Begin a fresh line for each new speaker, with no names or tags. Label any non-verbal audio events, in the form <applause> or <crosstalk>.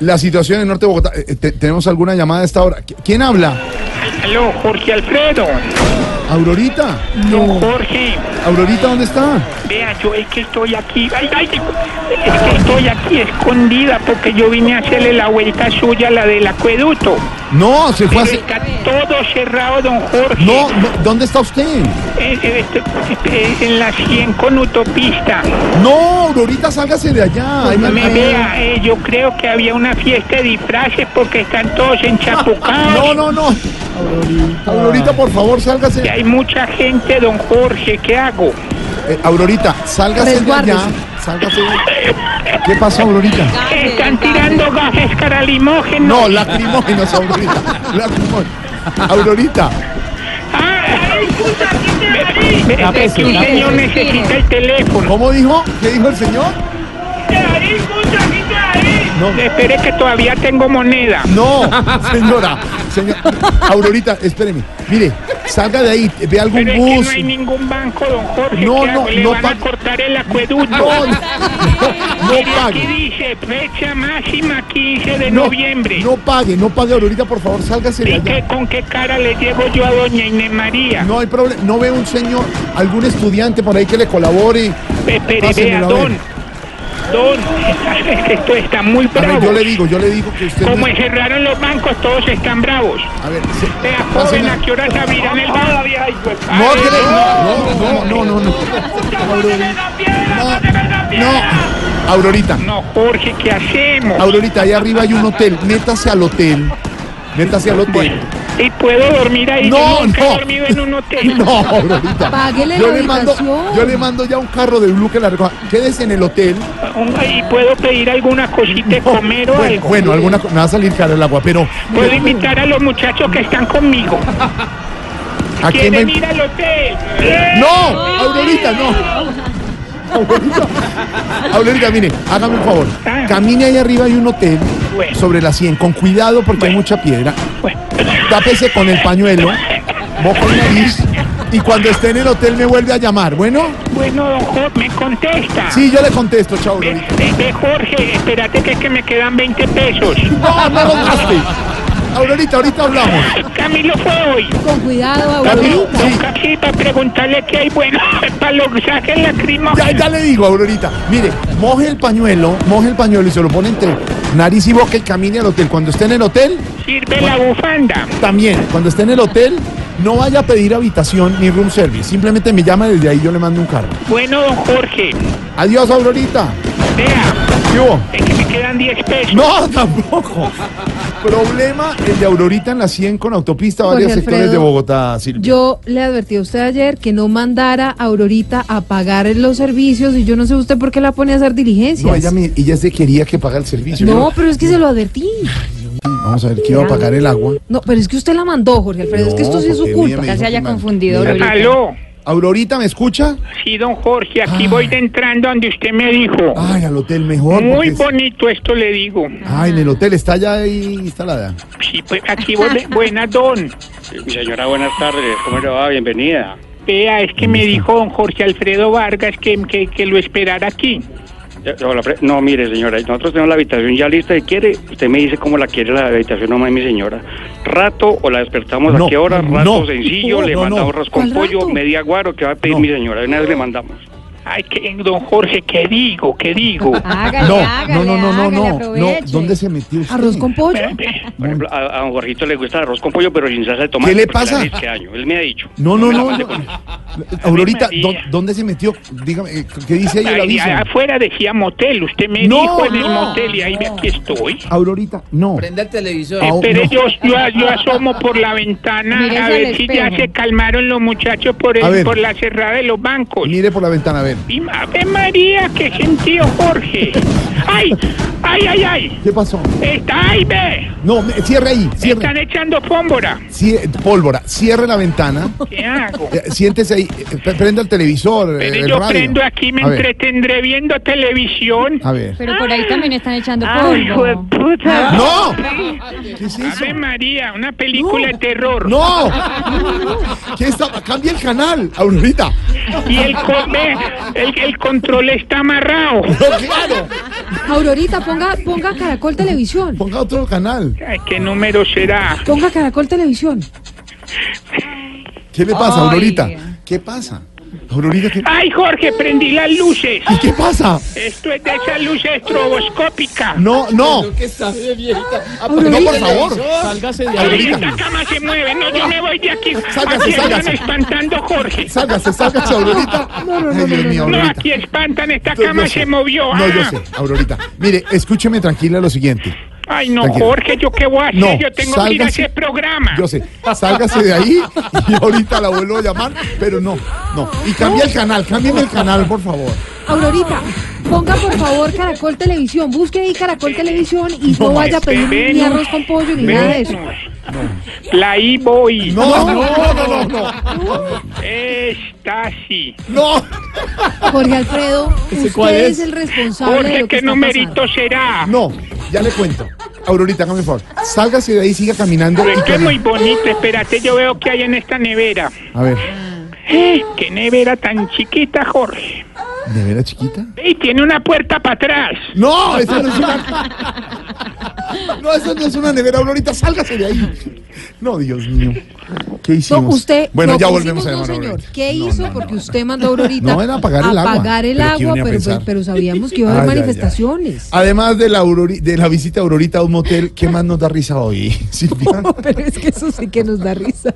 la situación en Norte de Bogotá. Eh, te- tenemos alguna llamada a esta hora. ¿Qui- ¿Quién habla?
Aló, Jorge Alfredo.
¿Aurorita?
Don Jorge,
¿Aurorita dónde está?
vea, yo es que estoy aquí. Ay, ay, es que estoy aquí escondida porque yo vine a hacerle la vuelta suya, la del acueducto.
No, se fue
Pero
hace...
está todo cerrado, don Jorge.
No, no, ¿dónde está usted?
Eh, eh, este, eh, en la 100 con Utopista.
No, Aurorita, sálgase de allá. Ay,
Me
María.
vea, eh, yo creo que había una fiesta de disfraces porque están todos enchapucados.
No, no, no. Aurorita, por favor, sálgase.
Y hay mucha gente, don Jorge, ¿qué hago?
Eh, Aurorita, sálgase de
Resguárdese.
allá. Sálgase de ¿Qué pasó, Aurorita?
Están tirando gases caralimógenos.
No, lacrimógenos, Aurorita. Lacrimógenos. Aurorita,
Es que un señor necesita el teléfono.
¿cómo dijo? ¿Qué dijo el señor? No,
Espere que todavía tengo moneda.
no, señora. Señor, Aurorita, espéreme. Mire, salga de ahí, ve algún
Pero es que
bus.
no hay ningún banco, don Jorge.
No,
¿qué hago?
no,
Le
no
van a
pa-
cortar el acueducto.
No, no,
Mire,
no
aquí
pague.
dice fecha máxima 15 de
No,
noviembre.
no pague, no pague, Aurorita, por favor, sálgase de
¿Y qué,
allá.
con qué cara le llevo yo a doña Inés María?
No hay problema, no ve un señor, algún estudiante por ahí que le colabore.
Espere, vea,
Pásenmelo, a ver.
don. Don, es que esto está muy
A ver,
bravo.
yo le digo, yo le digo que usted.
Como
no-
cerraron los bancos, todos están bravos.
A ver, se-
Vea, joven,
pásenme-
¿a qué hora se abrirán el banco?
pues, No,
Ay,
que le- no, no, no, no, no. No, Aurorita,
No, Jorge, ¿qué hacemos?
Aurorita, ahí arriba hay un hotel. Métase al hotel. Métase al hotel.
¿Y puedo dormir ahí?
No,
Yo nunca
no.
he dormido en un hotel.
<laughs> No, Aurorita.
Páguele
Yo
la
le mando,
habitación.
yo le mando ya un carro de Blue que la recoja. Quédese en el hotel.
Ah, ¿Y puedo pedir alguna cosita de comer o
Bueno,
algo?
bueno, alguna co- me va a salir cara el agua, pero
Puedo invitar a los muchachos que están conmigo.
¿a quién
¿Quieren
me-
ir al hotel?
No, Aurorita,
<laughs>
no. Aurorita, Aurorita, mire, hágame un favor. Camine ahí arriba hay un hotel
Ah. Bueno.
sobre la 100 con cuidado porque hay
Bueno.
mucha piedra.
Bueno,
tápese con el pañuelo, mojo la nariz y cuando esté en el hotel me vuelve a llamar. Bueno,
bueno, don Jorge, ¿me contesta?
sí, yo le contesto, chao,
Ve,
Aurorita.
ve, ve, Jorge, espérate que es que me quedan 20 pesos.
No, no lo gaste. Aurorita, ahorita hablamos.
Camilo fue hoy.
Con cuidado,
Camilo,
Aurorita.
sí,
Aquí para preguntarle qué hay bueno <laughs> para los saques
ya,
lacrimógenos.
ya le digo, Aurorita. Mire, moje el pañuelo, moje el pañuelo y se lo pone entre nariz y boca y camine al hotel. Cuando esté en el hotel,
Sirve la bufanda.
también. Cuando esté en el hotel, no vaya a pedir habitación ni room service. Simplemente me llama desde ahí, yo le mando un carro.
Bueno, don Jorge,
Adiós, Aurorita.
vea,
¿Qué hubo?
es que me quedan 10 pesos.
No, tampoco. Problema el de Aurorita en la 100 con autopista,
Jorge
varios sectores
Alfredo,
de Bogotá, Silvia.
Yo le advertí a usted ayer que no mandara a Aurorita a pagar los servicios y yo no sé usted por qué la pone a hacer diligencias.
No, ella, me- ella se quería que pagara el servicio.
No,
Yo-
pero es que se lo advertí.
Vamos a ver, ¿qué iba a pagar el agua?
No, pero es que usted la mandó, Jorge Alfredo. es que
No,
esto sí es su
porque ella
culpa.
me dijo
se haya
que man-
confundido,
Mira,
Aurorita.
Aló,
¿Aurorita me escucha?
sí, don Jorge, aquí voy de entrando donde usted me dijo.
Ay, al hotel mejor.
Muy
Ah, porque es-
bonito esto le digo.
Ay, en el hotel está ya ahí instalada.
Sí, pues aquí voy de buena don.
Mi señora, buenas tardes. ¿Cómo le va? Bienvenida.
Vea, es que me dijo don Jorge Alfredo Vargas que, que, que lo esperara aquí.
Ya- no, la pre- No, mire, señora, nosotros tenemos la habitación ya lista. ¿Y quiere? Usted me dice cómo la quiere la habitación nomás, mi señora. ¿Rato o la despertamos
No,
a qué hora?
no,
Rato
no.
sencillo,
No,
le
no,
mandamos
no.
rascón
¿Cuál
pollo,
rato?
media guaro. ¿Qué va a pedir
No.
mi señora? De Una vez le mandamos.
Ay, que, don Jorge, ¿qué digo? ¿Qué digo?
Ah,
Hágale,
No, no,
hágale,
no, no, no,
hágale,
no, no.
aproveche.
¿Dónde se metió usted?
Arroz con pollo.
Por ejemplo, a, a don Jorgito le gusta el arroz con pollo, pero sin salsa de tomate.
¿Qué le
porque
pasa?
la leche de año. Él me ha dicho.
No, no, no. no. Aurorita,
María.
¿dó- ¿dónde se metió? Dígame, eh, ¿qué dice ahí el
Ay,
aviso?
afuera decía motel, usted me
No,
dijo en el
no,
motel y ahí ve aquí estoy.
Aurorita, no.
Prende el televisor.
Ah,
Pero
no.
yo, yo, yo asomo por la ventana
Mírese
a
al
ver si ya
espejo.
se calmaron los muchachos por,
A
el,
ver.
por la cerrada de los bancos.
Mire por la ventana, a ver.
Y Ave María, qué sentido,
<laughs>
Jorge. ¡Ay! ¡Ay, ay, ay!
¿Qué pasó?
Está ahí, ve.
No, me- cierre ahí, cierre.
Están echando pómbora.
Cie- pólvora, cierre la
<laughs>
ventana,
¿Qué hago?
eh, siéntese ahí, eh, pre- prenda el televisor, eh,
Pero
el
yo
radio.
prendo aquí, me
a ver, Ah.
entretendré viendo televisión.
a ver.
Pero por ahí también están echando
¡Ay, hijo de
polvo.
puta!
¡No! ¿Qué es eso?
Ave María, una película de terror.
¡No! <laughs> ¿Qué está? Cambia el canal, Aurorita.
Y el, co- ve, el, el control está amarrado.
No, claro.
Aurorita, ponga, ponga Caracol Televisión.
Ponga otro canal.
Ay, ¿Qué número será?
Ponga Caracol Televisión.
¿Qué le pasa,
Ay.
Aurorita? ¿Qué pasa? Aurorita, ¿qué,
Ay, Jorge, prendí las luces.
¿y qué pasa?
Esto es de esas luces estroboscópicas.
No, no.
¿Qué sabe de viejita?
Ah, No, por favor.
Sálgase de
Ay,
Aurorita.
esta cama se mueve. No, yo me voy de aquí.
Sálgase,
aquí están
sálgase.
espantando, Jorge.
Sálgase, sálgase, Aurorita. Ay, Dios mío,
No,
Aurorita.
aquí espantan. Esta
Yo- yo
cama
sé.
se movió.
No, yo
Ah.
sé, Aurorita. Mire, escúcheme tranquila lo siguiente.
Ay, no,
Tranquila.
Jorge, ¿yo qué voy a hacer?
No,
yo tengo que ir a
sálgase.
ese programa.
Yo sé, sálgase de ahí y ahorita la vuelvo a llamar, pero no, no. Y cambia el canal, cámbiame el canal, por favor.
Aurorita, ponga por favor Caracol Televisión. Busque ahí Caracol Televisión y no,
No,
vaya a
este,
pedir ni
Venus,
arroz con pollo ni nada de eso.
Venus. La I voy.
No, no, no, no, no.
Esta sí.
No,
Jorge Alfredo,
cuál
usted
es?
es el responsable de
Jorge,
lo que
¿qué
está pasando.
numerito será?
no, ya le cuento. Aurorita, hágame un favor. Sálgase de ahí, siga caminando. y
Pero esto es
camine.
muy bonito. Espérate, yo veo que hay en esta nevera.
A ver,
Eh, ¡Qué nevera tan chiquita, Jorge!
¿de veras chiquita?
Y tiene una puerta para atrás.
No, esa no es una. <laughs> No, esa no es una nevera, Aurorita, sálgase de ahí. No, Dios mío. ¿Qué
No,
hicimos?
usted.
bueno,
no,
ya
¿qué
volvemos a llamar
hicimos? No,
a
señor.
Aurorita.
¿Qué
No,
hizo?
no, no,
Porque
no.
usted mandó ahorita.
No, era apagar el agua.
Apagar el
Pero ¿quién
agua,
iba a
pero, pues,
pensar?
pero sabíamos que iba a
Ay,
haber
ay, ay.
manifestaciones. <laughs>
Además de la, aurori- de la visita aurorita a un motel, ¿qué más nos da risa hoy, <laughs> Silvia?
Pero es que eso sí que nos da risa.